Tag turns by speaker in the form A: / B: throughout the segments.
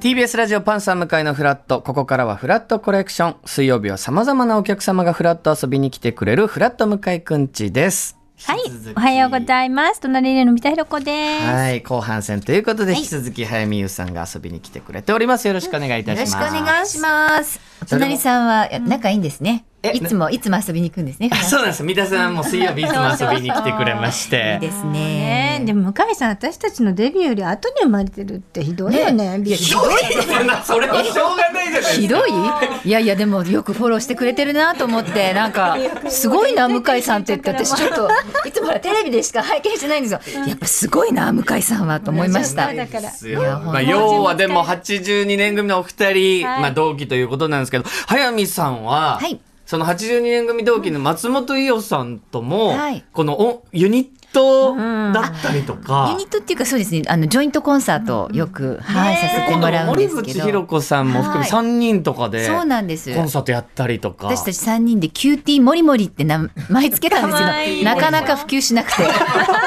A: TBS ラジオパンサー向かいのフラット。ここからはフラットコレクション。水曜日は様々なお客様がフラット遊びに来てくれるフラット向井くんちです。
B: はい
A: 引き続、き
B: おはようございます。隣での三田寛子です。
A: はい、後半戦ということで、
B: はい
A: 引き続き早見優さんが遊びに来てくれております。よろしくお願いいた
C: よ
A: し
C: ろ
A: ま
C: し
A: す。
C: くお願いします。お
A: それも
C: 隣さんはや仲いいんですね。
A: え
C: いつもいつも遊びに行くんですね。
A: あそうなんです。三田さんも水曜日いつも遊びに来てくれまし
C: い
A: て
C: い。です
B: ねえ、
C: ね。
B: でも向井さん、私たちのデビューより後に生まれてるってひどいよね。びっくり
A: ひどいよそんなそれはしょうがないじゃないですか。
C: ひどいいやいやでもよくフォローしてくれてるなと思ってなんかすごいな向井さんって言って私ちょ っといつもほらテレビでしか拝見してないんですよやっぱすごいな向井さんはと思いました
B: そうだから。
A: ですよ
C: いやほん
A: まあ、要はでも82年組のお二人、
B: はい
A: まあ、同期ということなんですけど早見さんは、
C: はい
A: その82年組同期の松本伊代さんとも、
C: はい
A: このおユニットだったりとか
C: ユ、ニットっていうかそうですねあのジョイントコンサートをよくはいさせて
A: 今
C: も
A: 度
C: らうん
A: 森
C: ですけ
A: 口
C: ど
A: 博子さんも含め
C: はい
A: 3人とかで
C: そうなんです
A: コンサートやったりとか。
C: 私たち3人でキューティーモリモリって名前つけたんです
B: かわい
C: け
B: い
C: ど、なかなか普及しなくて。もと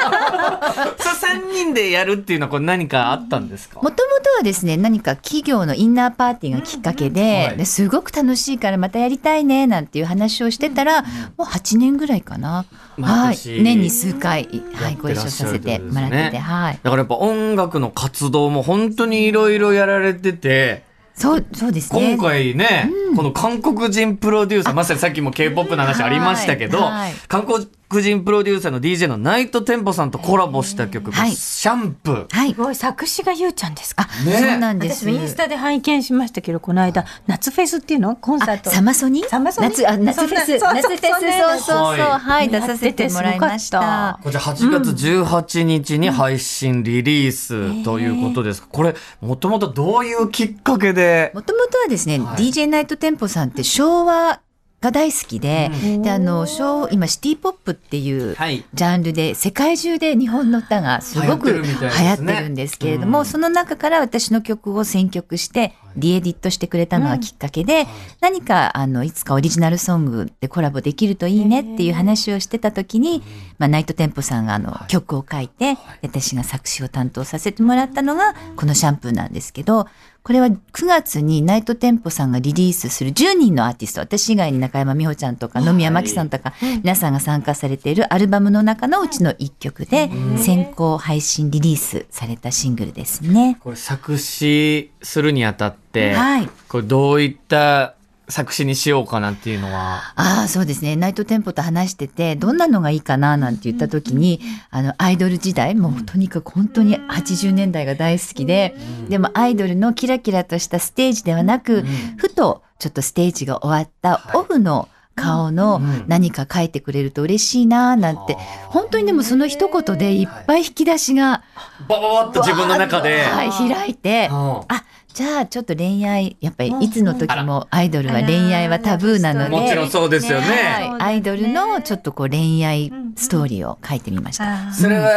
A: そう3人でやるっていうのはこれ何かあったんですか
C: もとはですね、何か企業のインナーパーティーがきっか
A: う
C: け
A: んうん
C: で
A: は、い
C: ですごく楽しいからまたやりたいね、なんていう話をしてたら、もう8年ぐらいかな。は
A: 毎
C: い。
A: 年
C: 年に数回、は
A: や
C: い、
A: って
C: ご
A: らっ
C: 一
A: しゃる
C: 緒させてもらって
A: ということですね
C: て、はい。
A: だからやっぱ音楽の活動も本当にいろいろやられてて、
C: そう、そうですね。
A: 今回ね、この韓国人プロデューサー、まさにさっきも K-POP の話ありましたけど、
C: はいはい
A: 韓国人プロデューサーの DJ のナイトテンポさんとコラボした曲が、
C: はい
A: シャンプー。
C: はい
B: す。ごい、作詞がゆうちゃんです
C: あ
B: か。、
A: ね
C: そうなんです。
B: 私もインスタで拝見しましたけど、この間、夏フェスっていうのコンサ
C: あ
B: ート。
C: サマソニ
B: サマソニ
C: 夏あ夏フェス
B: そんな
C: 夏
B: そ
C: フ
B: う
C: ェス
B: そう
C: そうそ
A: そ
C: うそう
A: うそう
C: はい出
B: やってて
C: させてもらいまし
B: すごか
C: た
B: った
A: こちら8月18日に配信リリースということですが、これ、もともとどういうきっかけで、
C: もともとはですね、
A: はい
C: DJ ナイトテンポさんって昭和が大好きで、
B: ん
C: であの昭今シティポップっていう
A: はい
C: ジャンルで世界中で日本の歌がすごく
A: 流行ってるみたいですね
C: 流行ってるんですけれども、
A: うん
C: その中から私の曲を選曲してリエディットしてくれたのがきっかけで、何かあのいつかオリジナルソングでコラボできるといいねっていう話をしてた時に、まあ、ナイトテンポさんがあの曲を書いて、私が作詞を担当させてもらったのがこのシャンプーなんですけど、これは9月にナイトテンポさんがリリースする10人のアーティスト、私以外に中山美穂ちゃんとか野宮真紀さんとか、皆さんが参加されているアルバムの中のうちの1曲で、先行配信リリースされたシングルですね。
A: これ作詞するにあたって、
C: はい。
A: これどういった作詞にしようかなっていうのは、
C: ああ、そうですね。ナイトテンポと話してて、どんなのがいいかななんて言った時に、あの、アイドル時代、もうとにかく本当に80年代が大好きで、でもアイドルのキラキラとしたステージではなく、ふとちょっとステージが終わったオフの顔の何か書いてくれると嬉しいなーなんて、本当にでもその一言でいっぱい引き出しが、
A: バババッと自分の中で、
C: はい、開いて、
A: うん
C: あ、じゃあちょっと恋愛、やっぱりいつの時もアイドルは恋愛はタブーなので、
A: もちろんそうですよね
C: はいアイドルのちょっとこう恋愛ストーリーを書いてみました。
B: あー
A: それは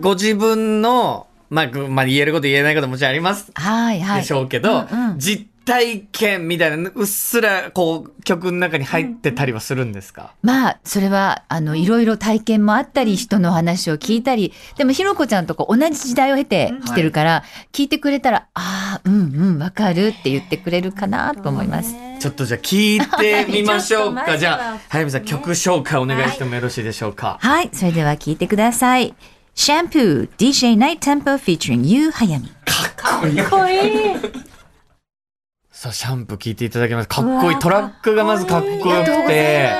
A: ご自分の、まあ、ぐまあ、言えること言えないこともちろんあります
C: はいは
A: で
C: い
A: し。ょうけど、
C: うんうん
A: 実体験みたいなうっすらこう曲の中に入ってたりはするんですか、
C: まあ、それは、あの、いろいろ体験もあったり、人の話を聞いたり、でも、ひろこちゃんとこう同じ時代を経てきてるから、聞いてくれたら、ああ、うんうん、わかるって言ってくれるかなと思います。
A: ちょっとじゃあ聞いてみまし
B: ち
A: ょう
B: ょっとまず
A: か
B: は
A: じゃあ早見さん曲紹介お願いしてもよろしいでしょうか、
C: はい、それでは聞いてください。シャンプー DJ Night Tempo featuring You はやみ。
B: かっこいい。
A: さあシャンプー聞いていただきますかっこいいう
B: わ
A: トラックがまずかっこよくて。で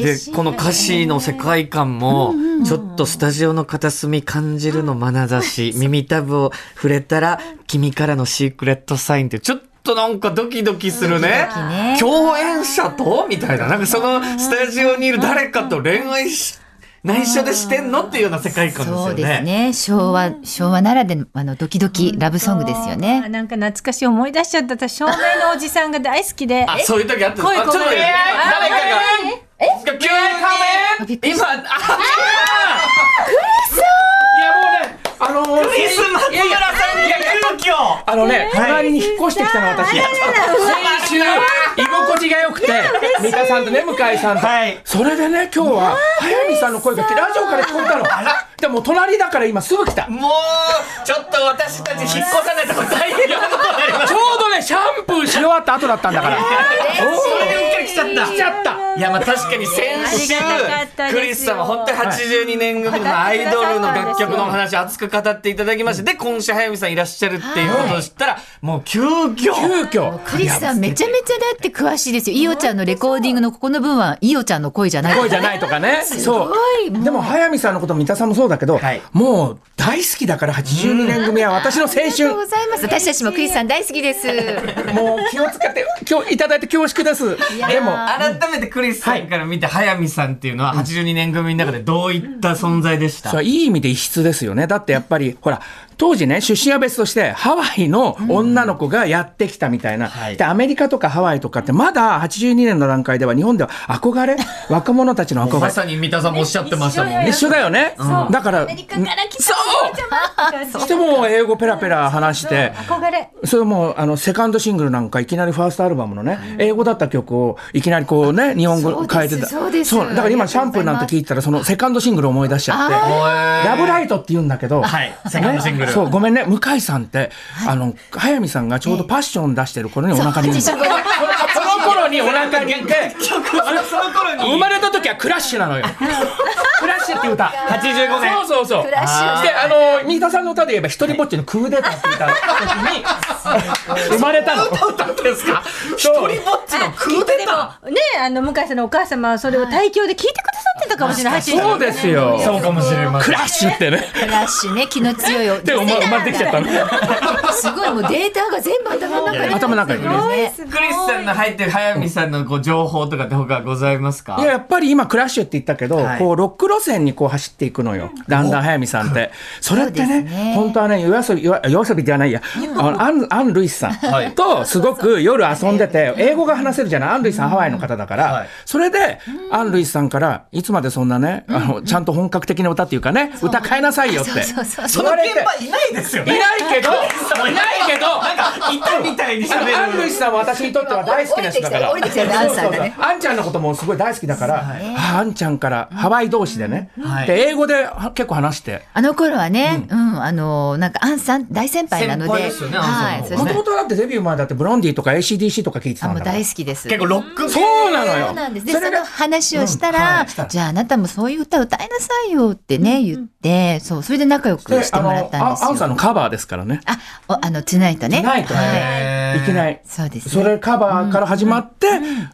C: 嬉しい
A: この歌詞の世界観もちょっとスタジオの片隅感じるの眼差し耳たぶを触れたら君からのシークレットサインってちょっとなんかドキドキするね
C: ドキドキね
A: 共演者とみたいななんかそのスタジオにいる誰かと恋愛し内緒でしてんのっていうような世界観です
C: そ
A: よ
C: うです
A: ね。
C: ね。昭和、昭和ならでのあのドキドキラブソングですよ
B: あ
C: ね。
B: なんか懐かしい思い出しちゃった。私、照明のおじさんが大好きで。
A: あそういう時あったんです
B: 声
A: あちょっと
B: 声
A: ね誰かが急に
C: あ
A: 仮
C: び
A: 面
C: っくりし
A: 今あ
D: いやもうね、あの
A: クリスマス村さんが空気を
D: あのね、隣に引っ越してきたの私。先週居心持ちが良くて、三田さんとね、向井さんと。
A: はい
D: それでね、今日は、早見さんの声が来て、ラジオから聞こえたの。でも、隣だから今すぐ来た。ちょう
A: もう、ちょっと私たち引っ越さないとこれ大変なことになります。
D: どね、シャンプーし終わった後だったんだから。
A: それでうっかり来ちゃった。
D: 来ちゃった。
A: いやまあ確かに先週
B: ありがたかったですよ
A: クリスさんは本当に82年組のアイドルの楽曲のお話熱く語っていただきましてで今週早見さんいらっしゃるっていうことを知ったらもう急遽
D: 急遽。
C: クリスさんめちゃめちゃだって詳しいですよ。イオちゃんのレコーディングのここの部分はイオちゃんの声じゃない。
D: 声じゃないとかね。そう。でも、早見さんのことも三田さんもそうだけど
A: はい、
D: もう大好きだから、82年組は私の青
C: ありがとう
D: 春
C: ご。ざいます。私たちもクリスさん大好きです。
D: もう気を使って、今日いただいて恐縮です。でも、
A: 改めてクリスさんから見て早見さんっていうのは82年組の中でどういった存在でした
D: そういい意味で異質ですよね。だってやっぱり、ほら、当時ね、出身は別として、ハワイの女の子がやってきたみたいな。
A: はい
D: で、アメリカとかハワイとかって、まだ82年の段階では日本では 憧れ、若者たちの憧
A: ま
D: れ。
A: さに三田さんもおっしゃってましたもんね
D: 一緒だよね。だから、
B: そう
D: してもう英語ペラペラ話して、
B: 憧れ
D: それもあのセカンドシングルなんかいきなりファーストアルバムのね、英語だった曲をいきなりこうね日本語変えてた
C: そうですそうです
D: だから今シャンプーなんて聞いたらそのセカンドシングル思い出しちゃって「ラブライト」って言うんだけど、
A: はいセカンドシングル
D: そうごめんね向井さんって、あの早見さんがちょうどパッション出してる頃にお腹にいるその頃にお 腹にいて
A: その頃
D: 生まれた時はクラッシュな のよクラッシュって歌
A: 85年
D: そうそうそう。で、あの、新田さんの歌で言えば、一人ぼっちのクーデターって歌う時 に、生まれたの。
A: ですか一人ぼっちのクーデ
B: で
A: タ
B: も
A: ー
B: ねあの向井さんのお母様はそれを大教で聞いてくださってたかもしれない
D: そうですよ。
A: そうかもしれませ
D: ク
A: ん
D: ラッシュってね。
C: クラッシュね、気の強い。
D: で、お前生まれてきちゃったの。
C: すごいもうデータが全部頭の中に。
D: 頭の中に。い
C: ね。
A: クリスさんの入ってる早見さんのこう情報とかって他ございますか
D: や、やっぱり今、クラッシュって言ったけど、
A: はい
D: こう、ロック路線にこう走っていくのよ。だんだん早見さんって。それって
C: そうですね
D: ね、本当はね、夜遊び、夜夜遊びではないや、あの、アン、アン・ルイスさ
A: はい
D: んと、すごく夜遊んでて、英語が話せるじゃない。アン・ルイスさん、ハワイの方だか
A: は
D: ら
A: い、
D: それで、アン・ルイスさんから、いつまでそんなね、あの、ちゃんと本格的な歌っていうかね、歌変えなさいよって。
C: そうそうそ。
A: そうの現場いないですよ
D: いな
A: ね
D: いけど、いないけど、
A: なんかいたみたいに喋
D: アンルイ
A: る
D: スさんは私にとっては大好きな人だから。
C: 降りてきたねアンさんがね
D: そうそうそうアンちゃんのこともすごい大好きだから、あアンちゃんからハワイ同士でね、
A: はい
D: で英語では結構話して。
C: あの頃はね、うん、あの、なんか、アンさん、大先輩なので。
A: 先輩ですよね
C: は
A: アン
C: い、
A: さん
C: そ
A: の方
C: して
D: もともとだってデビュー前だってブロンディとか ACDC とか聞いて
C: あ、
D: たん
C: も
D: だ
C: う
D: から
C: 大。好きです。
A: 結構ロック
D: そうなの
C: そう
D: よ
C: なんです。。で、
D: そ
C: そ
D: れ
C: の
D: が、
C: 話をしたら、じゃああなたもそういう歌歌いなさいよってね、言って、そう、それで仲良く
D: で
C: して
D: あ
C: も
D: の、
C: らったんで
D: あアン
C: す
D: さ
C: よ。
D: んのカバーですからね。
C: あ、おあの、トゥナイトね。
D: ないと
C: はい
D: ね、いけない。
C: そうですね
D: それカバーから始まって、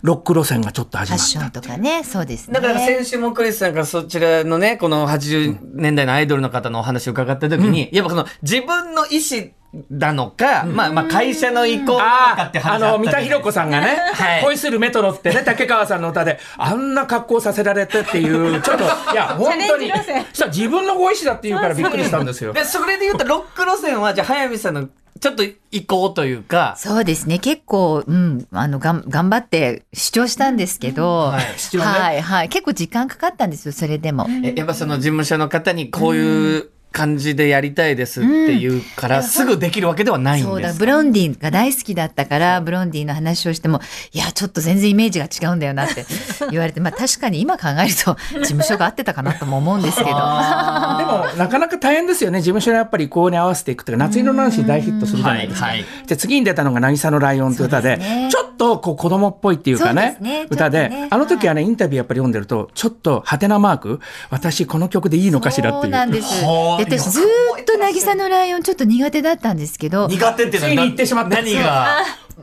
D: ロック路線がちょっと始
C: ファ
D: ま
C: ッシ
D: っ
C: ョ
D: た。
C: ンとかね、そうですね。
A: だから先週もクリスさんからそちらのね、この80年代のアイドルの方のお話を伺った時に、やっぱその自分の意思なのか、まあまあ会社の意向なのか
D: あ
A: って
D: ー
A: 話
D: あ
A: ったじゃない
D: の、三田寛子さんがね、
A: はい
D: 恋するメトロってね、竹川さんの歌で、あんな格好させられてっていう、ちょっと、いや、本当に、
B: チャレンジ路線
D: そしたら自分のご意思だって言うからびっくりしたんですよ。
A: で、それで言うとロック路線は、じゃあ早見さんのちょっと意向というか、
C: そうですね。結構、うん、あの、がん、頑張って主張したんですけど、はいい、
A: 主張ね
C: はい、結構時間かかったんですよ、それでも。
A: えやっぱその事務所の方にこういう感じでやりたいですって言うから、すぐできるわけではないん
C: そう
A: で
C: だ、
A: す。
C: ブロンディが大好きだったから、ブロンディの話をしても、いや、ちょっと全然イメージが違うんだよなって 言われて、まあ確かに今考えると、事務所が合ってたかなとも思うんですけど。
A: あ
D: でも、なかなか大変ですよね。事務所のやっぱり意向に合わせていくというか、夏色のナンシー大ヒットするじゃないですか。
A: はいはい
D: で、次に出たのが渚のライオンって歌で、
C: そうですね
D: ちょっとこう子供っぽいっていうか
C: そうで
D: ね、
C: すね
D: 歌で、
C: ちょっとね
D: あの時はね、インタビューやっぱり読んでると、ちょっとハテナマーク、私この曲でいいのかしらっていう。
C: そうなんです。で
A: はあ
C: 私ずーっと渚のライオンちょっと苦手だったんですけど
A: ー、苦手っていうのは
D: ついに言ってしまった
A: 何が。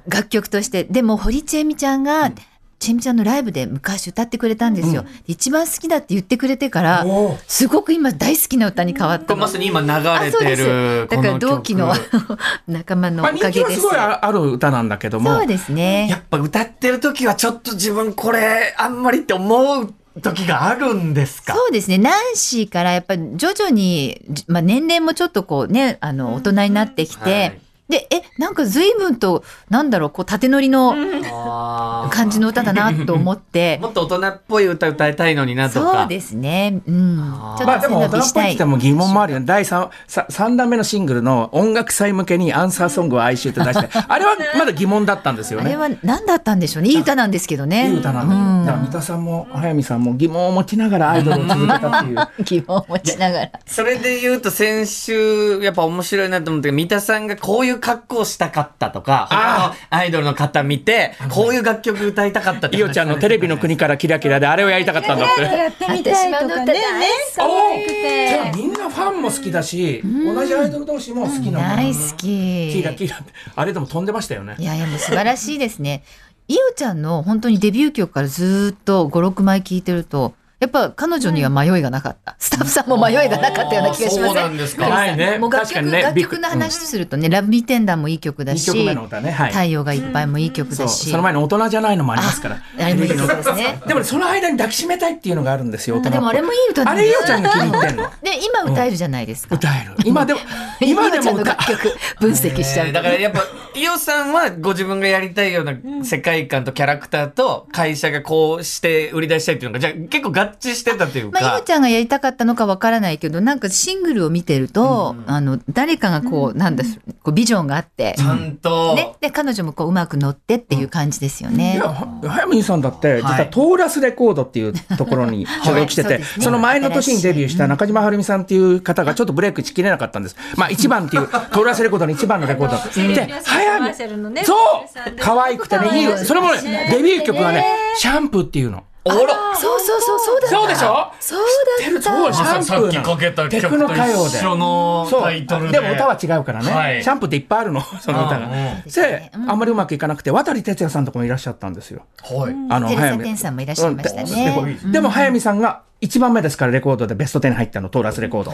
C: 楽曲として。でも、堀ちえみちゃんが、ちえみちゃんのライブで昔歌ってくれたんですよ。一番好きだって言ってくれてから
D: おー、
C: すごく今大好きな歌に変わっ
A: こ
C: た
A: れ
C: の
A: ま。さに今流
C: あ
A: れ
C: そう
A: て
C: です
A: る。
C: だから同期の
A: こ曲
C: 仲間のお
D: まあ
C: かげ
D: 人気
C: で
D: は
C: す。
D: すごいあある歌なんだけども。
C: そうですね。
A: やっぱ歌ってる時はちょっと自分これあんまりって思う時があるんですか
C: そうですね。ナンシーからやっぱり徐々に、じまあ、年齢もちょっとこうね、あの、大人になってきて、
A: はい
C: で、え、なんか随分と、なんだろう、こう、縦乗りの感じの歌だなと思っ て。
A: もっと大人っぽい歌歌いたいのになとか。
C: そうですね。うん。ちょ
D: まあ
C: っと
D: で
C: 背伸
D: も大人
C: び
D: っ
C: し
D: ぽ
C: たい。
D: いって言っても疑問もあるよね。第 3, 三段目のシングルの音楽祭向けにアンサーソングを哀愁って出 して、あれはまだ疑問だったんですよ
C: あれ
D: ね。
C: は何だったんでしょうね。いい歌なんですけどね。
D: いい歌なんだよ。だから三田さんも早見さんも疑問を持ちながらアイドルを続けたっていう。
C: うん 疑問を持ちながら。
A: それで言うと先週やっぱ面白いなと思ったけど三田さんがこういう格好をしたかったとか他のアイドルの方見てこういう楽曲歌いたかったって
D: いおちゃんのテレビの国からキラキラであれをやりたかったんだって。
B: やってみたいとかね。ね可愛く
D: じゃ
B: て
D: あ。みんなファンも好きだし、同じアイドル同士も好きなんだ
C: 大好き。
D: キラキラって。あれでも飛んでましたよね
C: い。やいや、もう素晴らしいですね。いおちゃんの本当にデビュー曲からずーっと5、6枚聴いてると、やっぱ彼女には迷いがなかった。スタッフさんも迷いがなかったような気がしま
A: そう
C: せ
A: なんんですか
D: ないね。
C: もう楽
D: 確か
C: 曲、
D: にね。
C: 楽
D: ビッグ
C: 曲の話するとね、ラブリテンダーもいい曲だ
D: 二
C: し、
D: 曲目の歌ね。はい。
C: 太陽がいっぱいもいい曲
D: そう
C: だし、
D: その前の大人じゃないのもありますから。
C: あれもいい曲ですね。
D: でもねその間に抱きしめたいっていうのがあるんですよ。大人
C: あで
D: っぽい
C: もあれもいい歌な
D: あ
C: ん
D: れ
C: で
D: い
C: す
D: おちゃんが気に入ってんの。
C: で、今歌えるじゃないですか。
D: 歌える。今でも今でも
C: いおちゃんの
D: 歌。
C: 楽曲分析しちゃう。
A: だからやっぱ、伊代さんはご自分がやりたいような世界観とキャラクターと会社がこうして売り出したいっていうのが、じゃあ結構合致してたという
C: ま
A: か。
C: あ、ゆうちゃんがやりたかったのかわからないけど、なんかシングルを見てると、あの、誰かがこう、なんだ、こう、ビジョンがあって、
A: ちゃんと、
C: ね、で、彼女もこう、うまく乗ってっていう感じですよ
D: い
C: ね。
D: や、早見さんだって、実
A: は
D: はいトーラスレコードっていうところに所属して
C: そう
D: て、
C: ですね
D: その前の年にデビューした中島はるみさんっていう方がちょっとブレイクしきれなかったんです。まあ一番っていう、トーラスレコードの一番のレコード。で、早
B: コマ
D: 見
B: ーシャルのね
D: そう可愛くてね、いい。それもね、デビュー曲がね、シャンプーっていうの。
A: おら
C: そうそうそう、そうだった。
D: そうでしょ
C: そう
D: 知って
C: だ
D: る
C: っ
D: そ
C: た。
D: うでしょシャンプーなのテクノ歌謡で。
A: の
D: でも歌は違うからね、
A: はい
D: シャンプーっていっぱいあるのその歌が
A: あ。
D: で、あんまりうまくいかなくて渡哲也さんとかもいらっしゃったんですよ。
A: はい。
D: あの
C: テレ
D: 早
C: サ
D: 見
C: テンさんもいらっしゃいました
A: うん
C: ね。
D: でも早見さんが1番目ですからレコードでベスト10に入ったのトーラスレコード。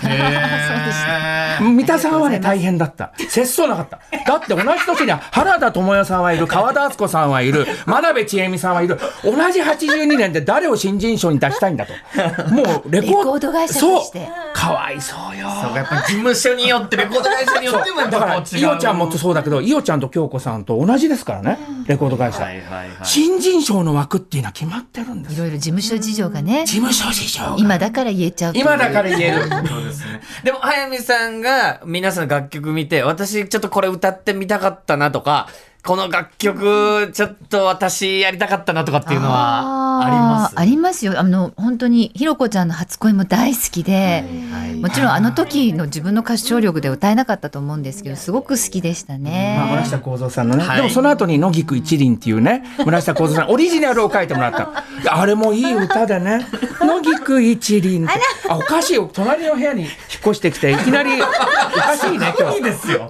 D: 三田さんはね大変だった。節操なかった。だって同じ年には原田知世さんはいる、川田敦子さんはいる、真鍋千恵美さんはいる、同じ82年で誰を新人賞に出したいんだと。もうレコード。
C: レコード会社として
D: そう。かわいそうよ。
A: そうかやっぱ事務所によって、レコード会社によってもやっ
D: だ
A: ぱ
D: から、
A: こう違う。
D: いおちゃんもそうだけど、いおちゃんと京子さんと同じですからね、レコード会社。
A: はいはいはい。
D: 新人賞の枠っていうのは決まってるんです
C: い
D: よ。
C: ろいろ事務所事情がね、
D: 事務所事情が。
C: 今だから言えちゃう。
D: 今だから言え
A: そ
D: る。
A: うですね。でも、早見さんが皆さんの楽曲見て、私ちょっとこれ歌ってみたかったなとか、この楽曲ちょっと私やりたかったなとかっていうのはあります
C: ありますよ。あの、本当に、ひろこちゃんの初恋も大好きで、もちろんあの時の自分の歌唱力で歌えなかったと思うんですけど、すごく好きでしたね。
D: まあ、村下幸三さんのね、
A: はい
D: でもその後に野菊一輪ってい うね村下幸三さんオリジナルを書いてもらったいやあれもいい歌でね「野菊一輪って」あおかしいよ隣の部屋に引っ越してきていきなりおかしいね今日
A: いいですよ。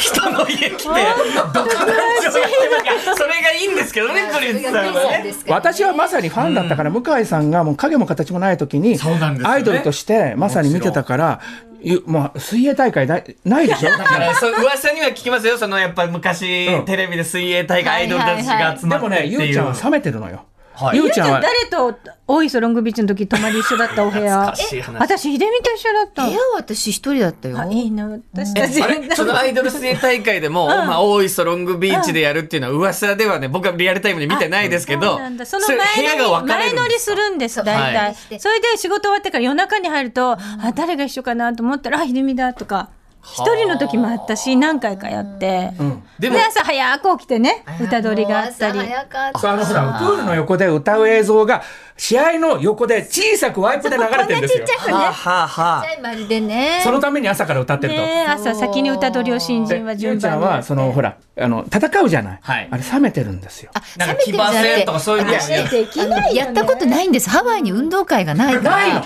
A: 人の家来て、どこなんちょうやってるかそれがいいんですけどね、クリスさんはね。
D: 私はまさにファンだったから、向井さんがもう影も形もない時に、
A: そうなんですよね
D: アイドルとしてまさに見てたから、いまあ、水泳大会だないでしょ
A: だから、そう、噂には聞きますよ。その、やっぱり昔、
D: うん
A: テレビで水泳大会アイドルたちが集ま
D: で
A: って
D: も
A: って
D: ね
A: いう。
D: ゆうちゃんは冷めてるのよ、
A: はい
D: ゆうち
B: ち
D: ゃん
B: ゃ
D: は
B: ん誰と大磯ロングビーチの時泊まり一緒だったお部
A: 懐
B: 屋
A: かしい話
B: 私秀美と一緒だっ
C: 部
B: た
C: 屋は私一人だったよ。
B: あいいな私たち
A: あれそのアイドル水泳大会でも、まあ、大磯ロングビーチでやるっていうのは噂ではね、僕はリアルタイムで見てないですけ
B: そ
A: ど、
B: うなんだその
A: れ
B: 前
A: 部屋が
B: 乗り
A: 分かれ
B: 前
A: るん
B: 乗
A: で
B: り
A: す
B: するんです大
A: は
B: 体それで仕事終わってから夜中に入るとあ誰が一緒かなと思ったらあ秀美だとか一人の時もあったし何回かやって
A: で
B: で
A: も
B: 朝早く起きてね歌取りがあったり
C: もう朝早かった
D: そうあのほらプールの横で歌う映像が試合の横で小さくワイプで流れてるんですよ。
A: はあ、はあはあ、
C: まるでね。
D: そのために朝から歌ってると。
B: ねえ朝先に歌取りを新
D: で
B: 人は
D: ゆう
B: 順
D: ちゃ
B: 番
D: ん
B: にや
D: は
B: って
D: そのほらあの戦うじゃない、
A: はい
D: あれ冷めてるんですよ。
A: なんか
C: 冷めてるんじ
A: 騎
C: ゃなくて
A: 馬戦とかそういうの
C: 私ね
A: いや
B: できないよね
C: やったことないんです。ハワイに運動会がないから。
D: ないの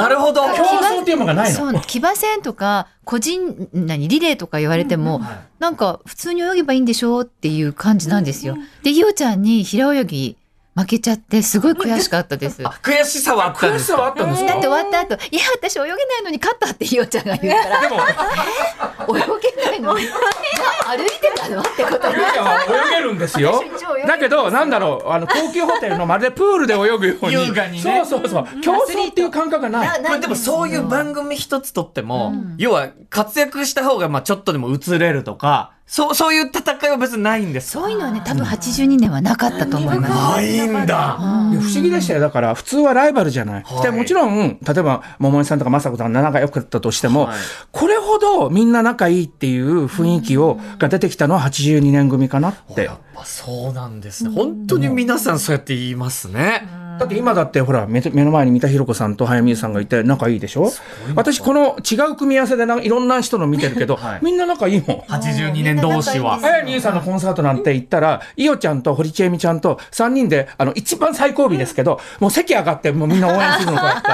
A: なるほど。
D: 競争っていうのがない
C: そ
D: の。
C: う騎馬戦とか個人何リレーとか言われても、なんか普通に泳げばいいんでしょうっていう感じなんですよ。でひよちゃんに平泳ぎ負けちゃってすごい悔しかったです。だ
A: あ悔しさはあったん
D: 悔
A: で
D: し
A: す
D: さはあ
A: か
D: ったんですか
C: って終わった後「いや私泳げないのに勝った」ってひよちゃんが言うから
D: でも
C: 泳げないのに歩いてたのってこと
D: ゆうちゃんは泳げるんですよ。だけどなんだろうあの高級ホテルのまるでプールで泳ぐように。
A: 優雅にね
D: そうそうそう競争っていう感覚がない。
A: これでもそういう番組一つとっても、要は活躍した方がまあちょっとでも映れるとか、そう、そういう戦いは別にないんですか。
C: そういうのはね、多分82年はなかったと思います。
A: ないんだ。
D: いや不思議でしたよ。だから、普通はライバルじゃない。
A: はい
D: でもちろん、例えば、桃井さんとか雅子さんが仲良かったとしても、
A: はい
D: これほどみんな仲いいっていう雰囲気を、が出てきたのは82年組かなって。
A: やっぱそうなんですね。本当に皆さんそうやって言いますね。
D: だって今だってほら目目の前に三田寛子さんと早見優さんがいて仲いいでしょ私この違う組み合わせでないろんな人の見てるけど、
A: はい
D: みんな仲いいもん。
A: 82年同士は。
D: 早見優さんのコンサートなんて行ったら、いおちゃんと堀ちえみちゃんと3人で、あの、一番最後尾ですけど、もう席上がって、もうみんな応援するのこうやって。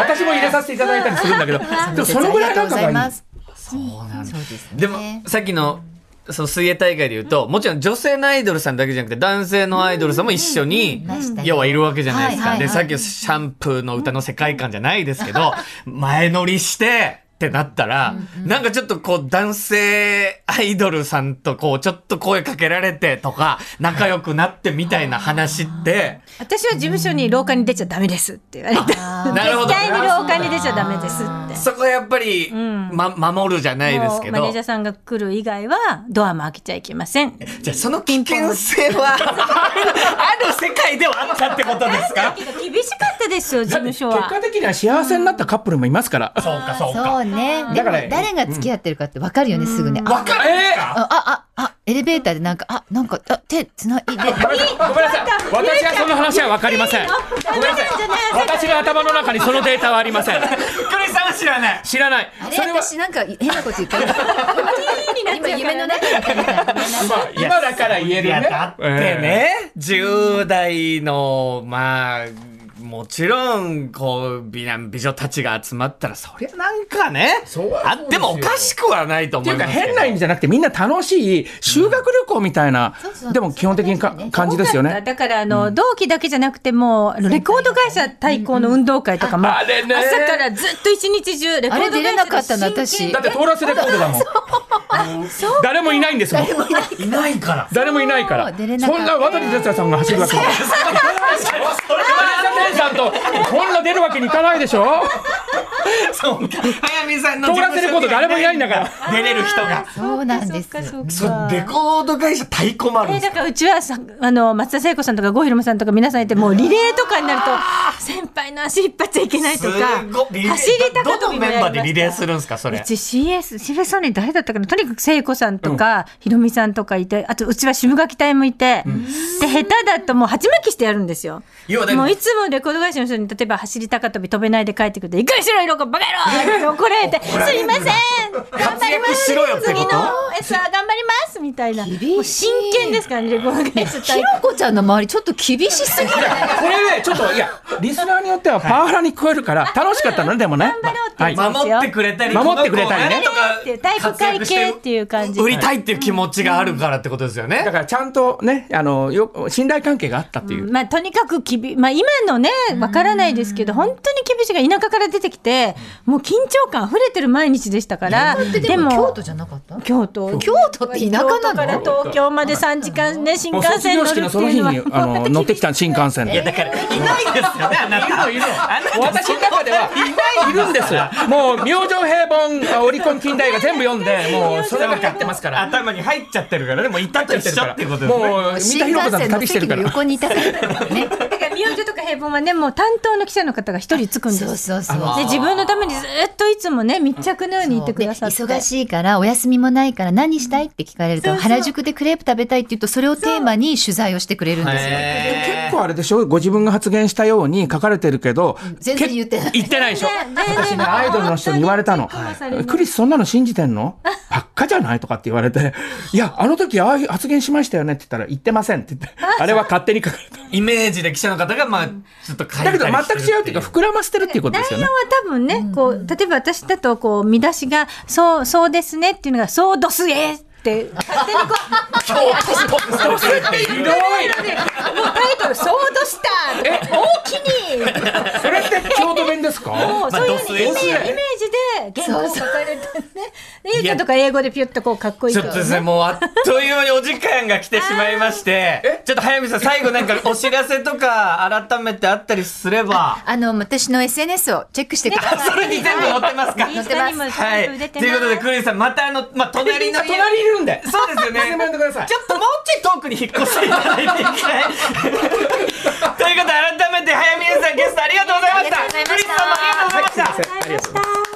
D: 私も入れさせていただいたりするんだけど、でもそのぐらい仲がいい。
C: す。
A: そうなんです
C: そうですね
A: でも、さっきの、その水泳大会で言うと、もちろん女性のアイドルさんだけじゃなくて、男性のアイドルさんも一緒に
C: ました、ね
A: 要はいるわけじゃないです
C: は
A: か。
C: いはい
A: で、
C: はい
A: さっきのシャンプーの歌の世界観じゃないですけど、前乗りして、ってなったら、なんかちょっとこう男性アイドルさんとこうちょっと声かけられてとか仲良くなってみたいな話って、
B: 私は事務所に廊下に出ちゃダメですって言われて
C: あー
A: なるほど
B: 絶対に廊下に出ちゃダメですって
A: そこはやっぱり、
B: ん
A: ま、守るじゃないです
B: も
A: け
B: う
A: ど。
B: マネージャーさんが来る以外はドアも開けちゃいけません
A: じゃあその危険性は ある世界ではあったってことですか
B: 厳しかったですよ事務所
D: 結
B: は
D: 果的には幸せになったカップルもいますから。
A: そうかそうか。
C: そうね。でも
D: だから
C: 誰が付き合ってるかってわかるよね、すぐね。あ、
A: わかるんですか
C: あ、あ、あ、エレベーターでなんか、あ、なんか、あ、手つないで。
D: ごめんなさい。私はその話はわかりません。ごめんなさい。私の頭の中にそのデータはありません。
A: クリスさんは知らない。
D: 知らない。
C: あれ
D: それは、
C: 私なんか変なこと言った。今夢の中に
D: まあ今だから言える
A: いや、
D: ね。
A: だってね、10代の、まあ、もちろん、こう、美男美女たちが集まったら、そりゃなんかね、
D: そうは
A: あ
D: そうですよ
A: ってもおかしくはないと
D: って
A: 思いう
D: いか
A: ますけど。
D: 変な意味じゃなくてみんな楽しい修学旅行みたいな
C: そうそう、
D: でも基本的にか感じですよね。
B: だからあの、同期だけじゃなくてもうあのレコード会社対抗の運動会とかも、
D: あれね
B: 朝からずっと一日中レコード会社
C: あれ出れなかったの
B: で真剣
C: 私
D: だってトーラスレコードだもん。誰もいないんですもん。
A: いないから。
D: 誰もいないから。
C: そう
D: そ
C: 出
D: ん
C: れなかった
D: な渡哲也さんが走るわけ。渡哲也さんとこんな出るわけにいかないでしょ。
A: そうか。早見さんの
D: 通らせること誰もいないんだから。
A: 出れる人が。
C: そうなんです
B: そっかそっ
C: よ
B: か。
A: そう、レコード会社太鼓もあるん
B: え
A: です
B: だからうちはさあの松田聖子さんとか郷ひろみさんとか皆 さんいてもうリレーとかになると先輩の足引っ張っちゃいけないとか
A: すごいリレー
B: 走り高跳
A: ど
B: びも
A: の
B: やりました
A: メンバーでリレーするんですか、そうれ。
B: ち CS、渋沢年誰だったかなとにかく聖子さんとか、ひろみさんとかいて、あとうちは渋垣隊もいて、で、下手だともう鉢巻きしてやるんですよ。
A: 要はだから
B: もういつもレコード会社の人に、例えば走り高跳び飛べないで帰ってくると、いかにしろ、色子、バカ野郎って怒ら れて、すいません頑張ります
A: 活躍しろよって
B: 次
A: こと
B: の S は頑張りますみたいな。も
C: 厳しいう
B: 真剣ですからね、レコード会社
C: ひろこちゃんの周りちょっと厳しすぎない
D: これねちょっといやリスナーによってはパワハラに聞こえるから楽しかったのねでもね。
B: 頑張ろうって
D: はい。
B: まあ
A: 守ってくれたり、
D: 守ってくれたりね
A: この子は
B: っていう体育会系っていう感じ
A: 売りたいっていう気持ちがあるからってことですよね。
D: だからちゃんとねあのよ信頼関係があったっていう。
B: まあ、とにかくきび、まあ、今のね、わからないですけど、本当に厳しいが田舎から出てきて、もう緊張感溢れてる毎日でしたから、
C: でも京都じゃなかった
B: 京都。
C: 京都って田舎なの
B: 京都から東京まで3時間ね、新幹線乗るって
D: もう卒業
B: い
D: 式
B: うの
D: のその日に
B: は。
D: あの乗ってきた新幹線で。
A: だから、いないですよね、あなた。いるの、いるの。
D: 私の中ではいるんですよ。もう明星平凡オリコン近代が全部読んで、もうそれが入ってますから。
A: 頭に入っちゃってるからね、もういたと一緒ってことですね。
D: もう三
C: 新
D: 田
C: 幹
D: 寛子さん
C: 線
D: と
C: の
D: 旅してる
C: 席
D: か
C: の
D: ら。
C: 横にいたからね
B: だから、明星とか平凡はね、もう担当の記者の方が一人つくんです。
C: そうそうそう
B: で、自分のためにずっといつもね、密着のようにいてくださって。
C: そうで忙しいからお休みもないから何したいって聞かれると
B: そうそう
C: 原宿でクレープ食べたいって言うとそれをテーマに取材をしてくれるんですよ。
D: 結構あれでしょご自分が発言したように書かれてるけど、
C: 全然言ってない
D: 言ってないでしょ
B: 全然
D: 私ね、アイドルの人に言われたの
B: 本当に。
D: クリスそんなの信じてんのばっかじゃないとかって言われて、いや、あの時ああいう発言しましたよねって言ったら、言ってませんって言って、あれは勝手に書かれた。
A: イメージで記者の方が、まあ、ちょっと書いた
D: だけ
A: り
D: ど全く
A: して
D: 違う
A: る
D: っていうか、膨らませてるっていうことですよね。
B: 多分ね、こう、例えば私だと、こう、見出しが、そう、そうですねっていうのが、そうどすえって、勝手にこ、
D: ひどい
B: も
D: う
B: うタイトル、そうどした大きに
D: それって京都弁ですか
B: もう、そういう
A: ドス
B: イメ
A: エ
B: ージ、
A: ス
B: イメージで、言語を書かれてね。でュッととか英語でピュッとこうかっこいい
A: ち
B: と
A: ょっとですね、もうあっという間にお時間が来てしまいまして、ちょっと早見さん、最後なんかお知らせとか改めてあったりすれば、
C: あの、私の SNS をチェックしてください。
A: それに全部載ってますか
B: インスタにも
A: は
B: 全
A: い。
B: 部
A: と
B: 出て
A: いうことで、
B: ま
A: クリスさん、またあの、まあ、隣の家
D: 隣いるんで
A: そうです よね。
D: いつでも呼んでください
A: ちょっともうちょい遠くに引っ越していただいて一回。ということで、改めて、早見優さんゲストありがとうございました。
C: ありがとうございました
A: クリスさんもありがとうございました。
D: ありがとうございます。